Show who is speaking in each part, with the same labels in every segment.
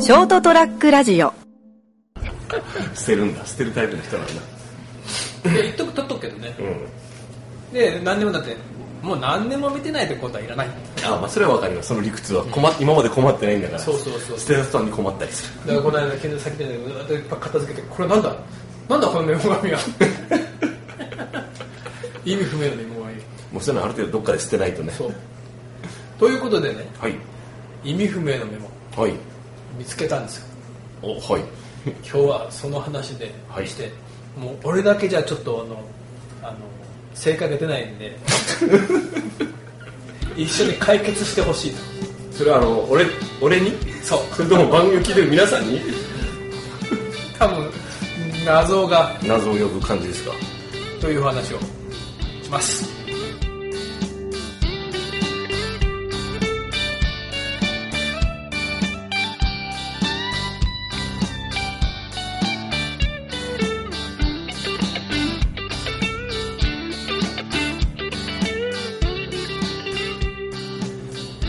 Speaker 1: ショートトラックラジオ
Speaker 2: 捨てるんだ捨てるタイプの人なんだ
Speaker 3: で一徳取っとくけどね
Speaker 2: うん
Speaker 3: で何年もだってもう何年も見てないってことはいらない
Speaker 2: あまあそれはわかりますその理屈は困っ今まで困ってないんだから
Speaker 3: そうそうそう
Speaker 2: 捨てた途端に困ったりする
Speaker 3: だからこの間検査先でいっぱい片付けてこれなんだなんだこのメモ 紙は意味不明のメモ
Speaker 2: も
Speaker 3: 紙
Speaker 2: うそういうのある程度どっかで捨てないとね
Speaker 3: そうということでね
Speaker 2: はい
Speaker 3: 意味不明のメモ
Speaker 2: はい
Speaker 3: 見つけたんですよ
Speaker 2: おはい
Speaker 3: 今日はその話で
Speaker 2: はい
Speaker 3: して、もう俺だけじゃちょっとあのあの正解が出ないん で一緒に解決してほしいと
Speaker 2: それはあの俺俺に
Speaker 3: そう
Speaker 2: それとも番組を聞いてる皆さんに
Speaker 3: 多分謎が
Speaker 2: 謎を呼ぶ感じですか
Speaker 3: というお話をします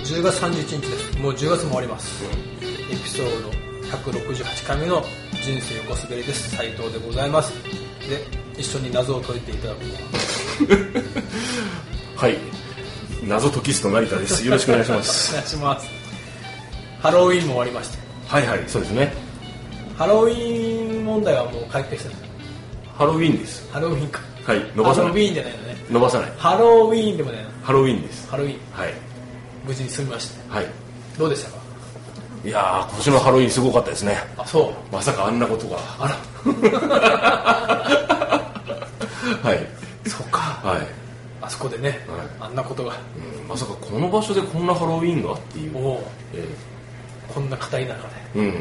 Speaker 3: 10月31日ですもう10月も終わります、エピソード168回目の「人生横滑り」です斉藤でございますで一緒に謎を解いていただこう
Speaker 2: はい謎解き師の成田ですよろしくお願いしま
Speaker 3: お
Speaker 2: す
Speaker 3: 願いしますハロウィーンも終わりました
Speaker 2: はいはいそうですね
Speaker 3: ハロウィーン問題はもう解決した
Speaker 2: ハロウィンです
Speaker 3: ハロウィーンか
Speaker 2: はい伸ばさ
Speaker 3: ハロウ
Speaker 2: な
Speaker 3: ィ
Speaker 2: い
Speaker 3: ーンじゃないのね
Speaker 2: 伸ばさない
Speaker 3: ハロウィーンでもないの
Speaker 2: ハロウィンです
Speaker 3: ハロウィーン
Speaker 2: はい
Speaker 3: 無事に済みました
Speaker 2: はい
Speaker 3: どうでしたか
Speaker 2: いやー今年のハロウィンすごかったですね
Speaker 3: あそう
Speaker 2: まさかあんなことが
Speaker 3: あら
Speaker 2: はい
Speaker 3: そっか
Speaker 2: はい
Speaker 3: あそこでね、
Speaker 2: はい
Speaker 3: あんなことが
Speaker 2: うんまさかこの場所でこんなハロウィーンがっていう、
Speaker 3: おう
Speaker 2: え
Speaker 3: こんな硬い中で
Speaker 2: えうん、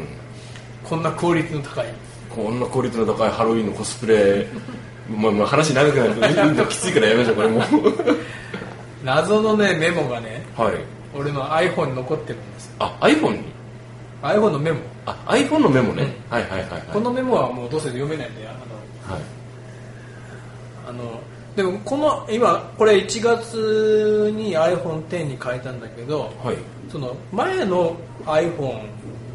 Speaker 3: こんなクオリティの高い
Speaker 2: こんなクオリティの高いハロウィーンのコスプレまあまあ話長くなると見るのきついからやめましょうこれも
Speaker 3: 謎のねメモがね
Speaker 2: はい
Speaker 3: 俺の iPhone に残ってるんですよ
Speaker 2: あ iPhone に
Speaker 3: iPhone のメモ
Speaker 2: あ iPhone のメモね、はいはいはいはい
Speaker 3: このメモはもうどうせ読めないんであの
Speaker 2: はい
Speaker 3: あのでもこの今これ1月に iPhone10 に変えたんだけど
Speaker 2: はい
Speaker 3: その前の iPhone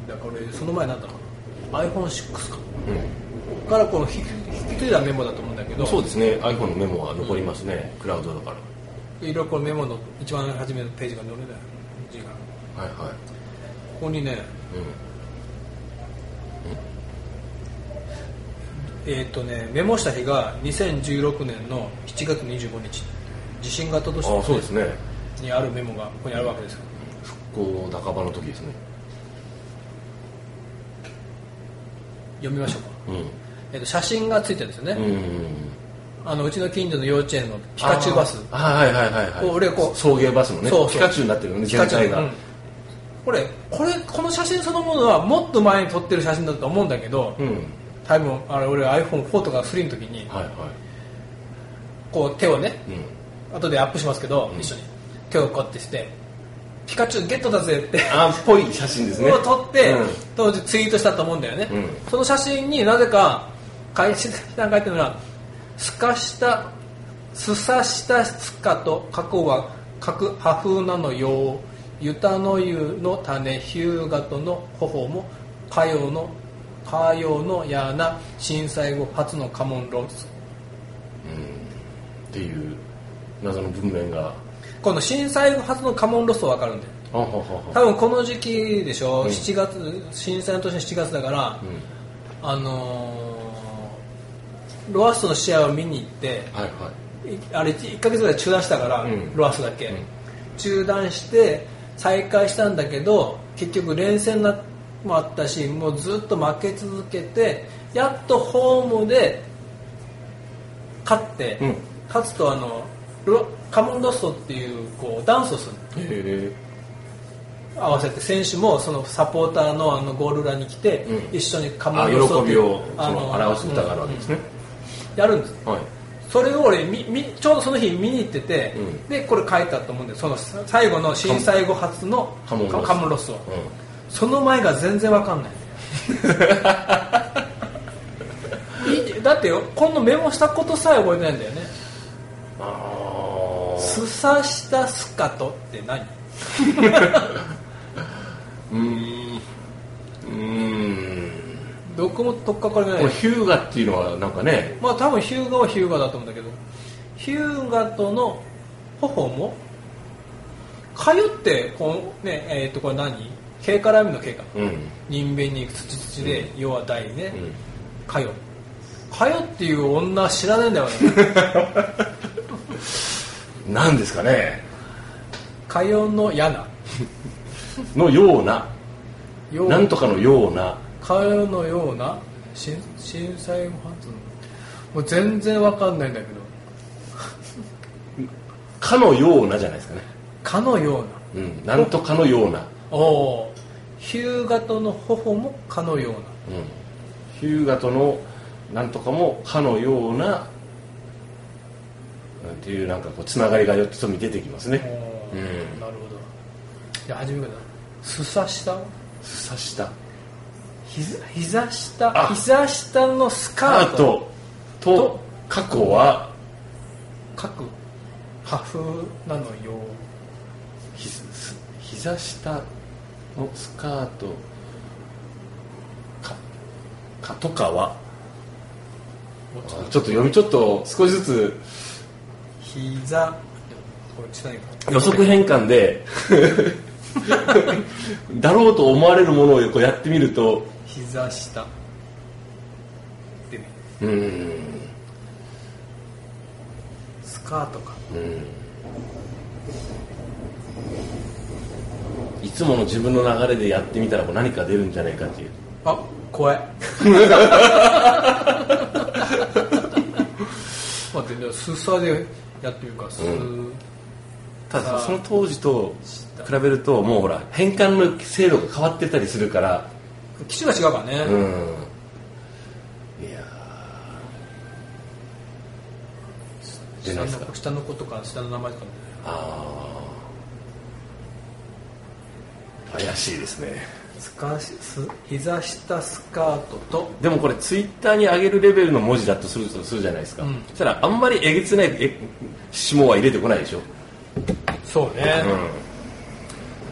Speaker 3: だから俺その前なんだろう iPhone6 か
Speaker 2: うん
Speaker 3: からこの引き引き継いだメモだと思うんだけど
Speaker 2: そうですね iPhone のメモは残りますね、クラウドだか
Speaker 3: いろいろこのメモの一番初めのページが載るんだよ字が
Speaker 2: らはいはい
Speaker 3: ここにね
Speaker 2: う
Speaker 3: えっ、とねメモした日が2016年の7月25日地震があった年
Speaker 2: んあそうですね
Speaker 3: にあるメモがここにあるわけですよ
Speaker 2: こう半ばの時ですね
Speaker 3: 読みましょうか、
Speaker 2: う
Speaker 3: えー、と写真がついてるんですよね、
Speaker 2: んうんうんうん
Speaker 3: あのうちの近所の幼稚園のピカチュウバス
Speaker 2: あーはいはいはいはい
Speaker 3: こう俺こう
Speaker 2: 送迎バスのね
Speaker 3: そうそう
Speaker 2: ピカチュウになってるよね
Speaker 3: ピカ
Speaker 2: 全
Speaker 3: チュ
Speaker 2: 体
Speaker 3: ウ
Speaker 2: が、
Speaker 3: うんこれこれこの写真そのものはもっと前に撮ってる写真だと思うんだけど、
Speaker 2: うん
Speaker 3: 多分あれ俺 iPhone4 とか3の時に
Speaker 2: はいは
Speaker 3: こう手をね
Speaker 2: い、うん、
Speaker 3: 後でアップしますけど、
Speaker 2: うん
Speaker 3: 一緒に手をこうやってして「ピカチュウゲットだぜ」 って
Speaker 2: あーっぽい写真ですね
Speaker 3: を撮って、
Speaker 2: うん
Speaker 3: 当時ツイートしたと思うんだよね、
Speaker 2: うん
Speaker 3: その写真になぜか会社さんが書いてるのは「すかしたすさしたすかと過去は各破風なのようゆたの湯の種日向との頬もかよのかよのやな震災後初の家紋論
Speaker 2: っていう謎の文面が
Speaker 3: この震災後初の家紋ロスト分かるんだよ
Speaker 2: あははは
Speaker 3: 多分この時期でしょ、
Speaker 2: うん
Speaker 3: 7月震災の年の7月だから、
Speaker 2: うん
Speaker 3: あのーロアスの試合を見に行って
Speaker 2: はいはい
Speaker 3: あれ 1, ヶ月ぐらい中断したから、
Speaker 2: うん
Speaker 3: ロアスだけ、
Speaker 2: うん
Speaker 3: 中断して再開したんだけど結局連戦なもあったしもうずっと負け続けてやっとホームで勝って、
Speaker 2: うん
Speaker 3: 勝つとあのロカモンロストっていうこうダンスをするの
Speaker 2: いへ
Speaker 3: 合わせて選手もそのサポーターのあのゴール裏に来て、
Speaker 2: うん
Speaker 3: 一緒にカ
Speaker 2: あ
Speaker 3: モンロスト
Speaker 2: 喜
Speaker 3: って
Speaker 2: び
Speaker 3: いう
Speaker 2: をその表す歌があるわけですね、
Speaker 3: やるんです
Speaker 2: はい
Speaker 3: それを俺みみちょうどその日見に行ってて、
Speaker 2: うん
Speaker 3: でこれ書いてあったと思うんでその最後の震災後初の
Speaker 2: カモンロス
Speaker 3: カモンロスを、
Speaker 2: う
Speaker 3: その前が全然わかんない いだってよこのメモしたことさえ覚えてないんだよね
Speaker 2: んあ
Speaker 3: 「
Speaker 2: あ
Speaker 3: すさしたすかと」って何
Speaker 2: うーんうーん
Speaker 3: 僕も取っかかりがな
Speaker 2: こ
Speaker 3: い
Speaker 2: のヒューガっていうのはなんかね
Speaker 3: まあ多分ヒューガはヒューガだと思うんだけどヒューガとの頬も通ってこのねえー、とこれ何経過ラミの経過
Speaker 2: うん、うん、
Speaker 3: 人弁に行く土土で、要は大ね、かよかよっていう女知らねえんだ よね
Speaker 2: なんですかね
Speaker 3: かよのやな
Speaker 2: のような
Speaker 3: よう
Speaker 2: なんとかのような
Speaker 3: かよのようなし震災後発のもう全然わかんないんだけど
Speaker 2: かのようなじゃないですかね
Speaker 3: かのような
Speaker 2: うんなんとかのような、
Speaker 3: おおヒューガとの頬もかのような
Speaker 2: うん、ヒューガとのなんとかもかのようなうんっていうなんかこうつながりがよっと見出てきます
Speaker 3: お
Speaker 2: ね
Speaker 3: ー
Speaker 2: うん
Speaker 3: なるほどいや初めからすさ下
Speaker 2: すさした
Speaker 3: ひざ膝下
Speaker 2: あ
Speaker 3: 膝下のスカ
Speaker 2: カ
Speaker 3: ー
Speaker 2: ー
Speaker 3: ト
Speaker 2: トと
Speaker 3: と
Speaker 2: 過去は
Speaker 3: 各破風なのよ
Speaker 2: ひす膝下のスカートかかとかは
Speaker 3: もう
Speaker 2: あ
Speaker 3: ちょっと
Speaker 2: ちょっと読みちょっと少しずつ
Speaker 3: 膝これちなみに
Speaker 2: 予測変換 でだろうと思われるものをこうやってみると
Speaker 3: 膝下で
Speaker 2: うーん
Speaker 3: スカートか
Speaker 2: いつもの自分の流れでやってみたらこう何か出るんじゃないかっていう
Speaker 3: あ 怖いまあ全然すさでやってみるからす、
Speaker 2: た
Speaker 3: あ
Speaker 2: だ
Speaker 3: ー
Speaker 2: その当時と比べるともうほら変換の精度が変わってたりするから
Speaker 3: 機種が違うからね、
Speaker 2: うんいやーで
Speaker 3: 下
Speaker 2: なん
Speaker 3: の
Speaker 2: ですか
Speaker 3: 下の子とか下の名前とかね
Speaker 2: あー怪しいですね
Speaker 3: スカしす膝下スカートと
Speaker 2: でもこれツイッターに上げるレベルの文字だとするとするじゃないですか、
Speaker 3: うん
Speaker 2: そしたらあんまりえげつないえ下は入れてこないでしょ、
Speaker 3: そうね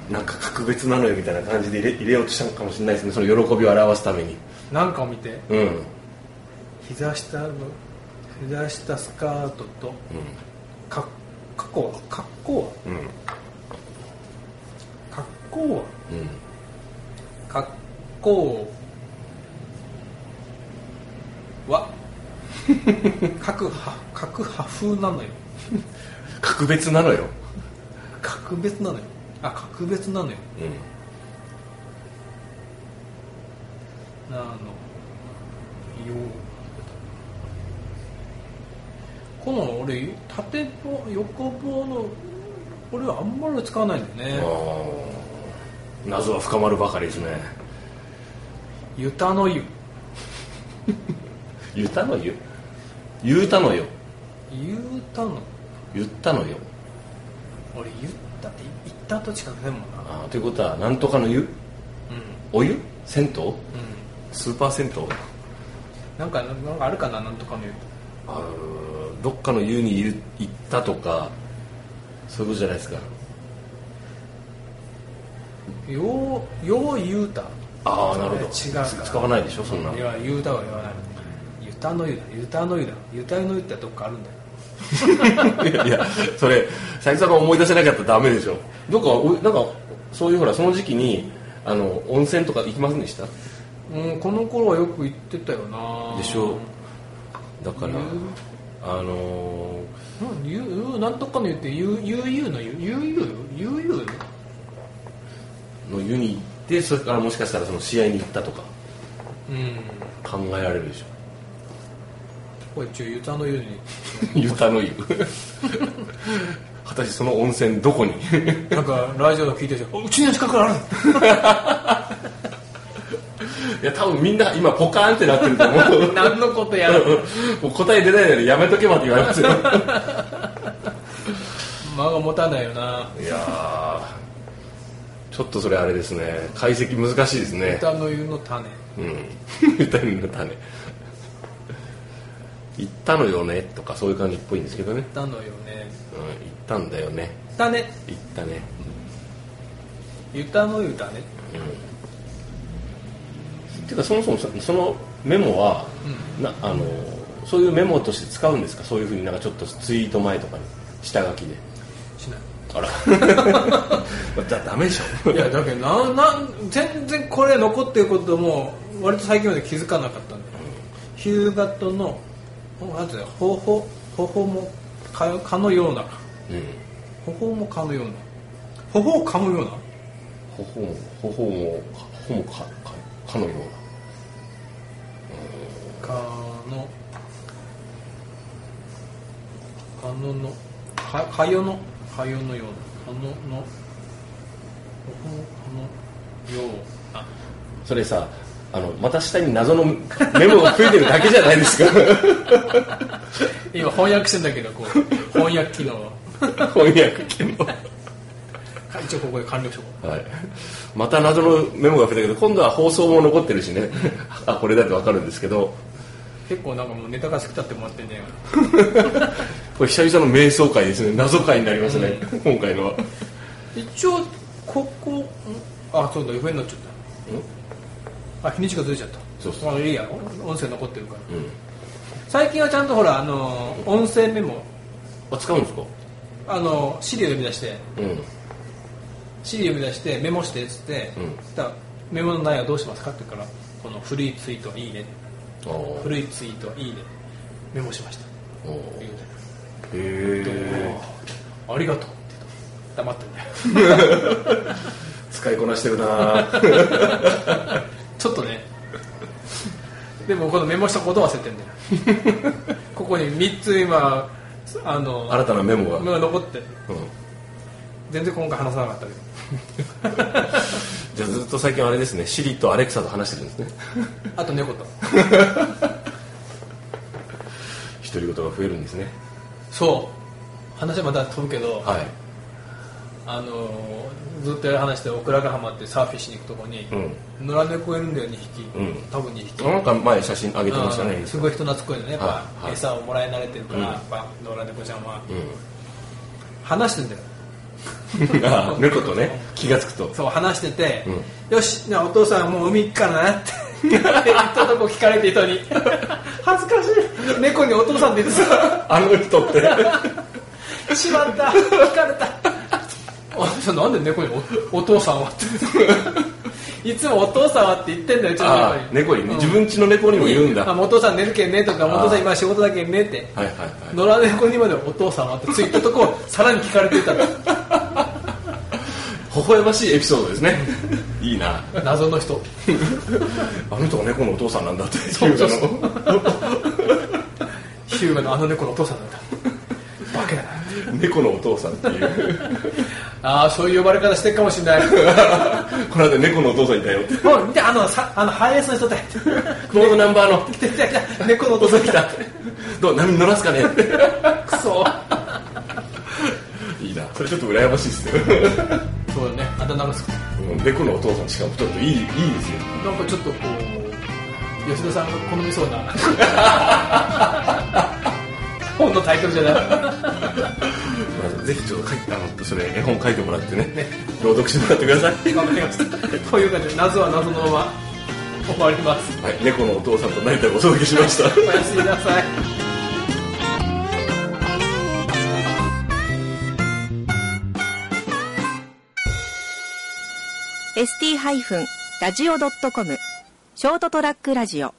Speaker 2: うん、なんか格別なのよみたいな感じで入れ入れようとしたのかもしれないですねその喜びを表すために
Speaker 3: なんかを見て
Speaker 2: うん、うん、
Speaker 3: 膝下の膝下スカートとか格好は格好は
Speaker 2: うん
Speaker 3: 格好は
Speaker 2: うん
Speaker 3: 格好は格は格破風なのよ
Speaker 2: 格別なのよ、
Speaker 3: 格別なのよあ格別なのよ
Speaker 2: う
Speaker 3: なのよこの俺縦棒横棒のこれはあんまり使わないんだよ
Speaker 2: ん、
Speaker 3: ね
Speaker 2: あー謎は深まるばかりですね
Speaker 3: 「ゆたの湯」
Speaker 2: 言ったのよ言ったのよ
Speaker 3: 「ゆうたの
Speaker 2: 言ったのよ」
Speaker 3: 俺「ゆった」って「言った」としかないもんな
Speaker 2: あーということはなんとかの湯
Speaker 3: うん
Speaker 2: お湯銭湯
Speaker 3: うん
Speaker 2: スーパー銭湯
Speaker 3: なんかなんかあるかななんとかの湯
Speaker 2: あのどっかの湯にいる行ったとかそういうことじゃないですか
Speaker 3: ようよう言うた
Speaker 2: ああなるほど
Speaker 3: 違うか
Speaker 2: 使わないでしょそんない
Speaker 3: や言うたは言わないゆたの湯だゆたの湯だゆたの湯ってどっかあるんだよ
Speaker 2: いやいやそれ佐伯さんが思い出せなかったらダメでしょどっかおなんかそういうほらその時期にあの温泉とか行きませんでした
Speaker 3: うんこの頃はよく行ってたよな
Speaker 2: でしょだから
Speaker 3: 湯
Speaker 2: あの
Speaker 3: うんゆうなんとかの言ってゆうゆうゆうのゆうゆうゆうゆ
Speaker 2: ー
Speaker 3: う
Speaker 2: の湯に行ってそれからもしかしたらその試合に行ったとか
Speaker 3: うん
Speaker 2: 考えられるでしょ
Speaker 3: これ一応ゆたの湯に
Speaker 2: 湯田の湯果たしてその温泉どこに
Speaker 3: なんかラジオ聞いてるじゃんうちの近くある
Speaker 2: いや多分みんな今ポカーンってなってると思う
Speaker 3: 何のことやら
Speaker 2: もう答え出ないのでやめとけばって言われますよい
Speaker 3: 間が持たないよな
Speaker 2: やーちょっとそれあれですね解析難しいです
Speaker 3: ゆ
Speaker 2: ね
Speaker 3: たの湯の種
Speaker 2: うんみたいの種行ったのよねとかそういう感じっぽいんですけどね、
Speaker 3: たのよね
Speaker 2: うん、行ったんだよね
Speaker 3: 種
Speaker 2: 行ったね
Speaker 3: ゆたの湯だね
Speaker 2: うんていうかそもそもそそのメモは、なあのそういうメモとして使うんですかそういうふうになんかちょっとツイート前とかに下書きで
Speaker 3: しない
Speaker 2: あらだダメでしょ
Speaker 3: いやだけどなんなん全然これ残ってることも割と最近まで気づかなかったんだよ、ヒューガットのなんていうのほほほほもかかのよう
Speaker 2: う
Speaker 3: な
Speaker 2: ん
Speaker 3: ほほもかのようなほほをかむような
Speaker 2: 頬も頬も頬もかかかのような
Speaker 3: かのかののかかよのかよのようなかののほほかのような
Speaker 2: それさあのまた下に謎のメモが増えてるだけじゃないですか
Speaker 3: 今翻訳してんだけどこう翻訳機能 は
Speaker 2: 翻訳機能
Speaker 3: 一応ここで完了しとこ
Speaker 2: はい、また謎のメモが増えたけど今度は放送も残ってるしね あこれだってわかるんですけど
Speaker 3: う結構なんかもうネタがしくたってもらってんじゃないかな
Speaker 2: これ久々の瞑想会ですね謎会になりますね、 今回のは
Speaker 3: 一応ここんあそうだ f になっちゃったあ日にちがずれちゃった
Speaker 2: そうそう
Speaker 3: あいいや音声残ってるから
Speaker 2: うん
Speaker 3: 最近はちゃんとほらあのー音声メモ
Speaker 2: あ使うんですか
Speaker 3: あのー Siri を呼び出して
Speaker 2: うん
Speaker 3: Siri を呼び出してメモしてっつって、
Speaker 2: うん
Speaker 3: そしたらメモの内容どうしますかって言うからこの古いツイートいいね
Speaker 2: ああお
Speaker 3: 古いツイートいいねメモしました
Speaker 2: ー
Speaker 3: 言う
Speaker 2: へ
Speaker 3: て
Speaker 2: え
Speaker 3: ありがとうって言った黙ってんだよ
Speaker 2: 使いこなしてるな
Speaker 3: ちょっとねでもこのメモしたこと忘れてんだよ ここに3つ今あの
Speaker 2: 新たなメモが、う
Speaker 3: メ
Speaker 2: ん
Speaker 3: モが残ってる全然今回話さなかったけど
Speaker 2: じゃあずっと最近あれですねシリとアレクサと話してるんですね
Speaker 3: あと猫と
Speaker 2: 独り言が増えるんですね
Speaker 3: そう話はまた飛ぶけど、
Speaker 2: はい
Speaker 3: あのずっとやる話でオクラヶ浜ってサーフィンしに行くとこに、
Speaker 2: う
Speaker 3: 野良猫いるんだよ2匹、
Speaker 2: うん
Speaker 3: 多分2匹、
Speaker 2: なんか前写真上げてましたね
Speaker 3: うんすごい人懐っこいのね、やっ
Speaker 2: は
Speaker 3: ぱ
Speaker 2: いはい
Speaker 3: 餌をもらい慣れてるから、
Speaker 2: うん
Speaker 3: やっぱ野良猫ちゃんは
Speaker 2: う
Speaker 3: 話してんだよ
Speaker 2: んあー猫とね気が付くと
Speaker 3: そう話してて、
Speaker 2: うん
Speaker 3: よしじゃあお父さんもう海行くからなって 言ったとこ聞かれて人に恥ずかしい猫にお父さんって言って
Speaker 2: あの人 って
Speaker 3: たしまった聞かれたあそれなんで猫におお父さんはっていつもお父さんはって言ってんだようち
Speaker 2: あ
Speaker 3: の
Speaker 2: あ
Speaker 3: 猫
Speaker 2: 猫
Speaker 3: に、
Speaker 2: に
Speaker 3: う
Speaker 2: ね
Speaker 3: ん
Speaker 2: 自分家の猫にも言うんだ
Speaker 3: あ
Speaker 2: はい
Speaker 3: もうお父さん寝るけんねとか
Speaker 2: あー
Speaker 3: お父さん今仕事だけんねって
Speaker 2: はいはい
Speaker 3: 野良猫にまでお父さんはってついたとこさらに聞かれてたの
Speaker 2: 微笑ましいエピソードですねいいな
Speaker 3: 謎の人
Speaker 2: あの人が猫のお父さんなんだっていう
Speaker 3: そうそうそう
Speaker 2: あ
Speaker 3: ヒューガのあの猫のお父さんだったバカだな
Speaker 2: の猫のお父さんっていう
Speaker 3: ああそういう呼ばれ方してるかもしれない
Speaker 2: この間猫のお父さんいたよっ て
Speaker 3: おい見てあのさあのハイエースの 人だよ
Speaker 2: 熊本ナンバーの
Speaker 3: 来て来て来て猫の音が来た
Speaker 2: どう波に乗らすかねって
Speaker 3: クソ
Speaker 2: いいなそれちょっと羨ましいですね、
Speaker 3: そうだねあだ名がつく
Speaker 2: うん猫のお父さんしかもちょっといいいいですよ
Speaker 3: なんかちょっとこう吉田さんが好みそうな 本のタイトルじゃない
Speaker 2: まあぜひちょっと書いあのそれ絵本書いてもらってね朗読してもらってください、
Speaker 3: 頑張りましたという感じで謎は謎のまま終わります
Speaker 2: はい、猫のお父さんと成田がお届けしました
Speaker 3: おやすみなさい
Speaker 1: ST-radio.com ショートトラックラジオ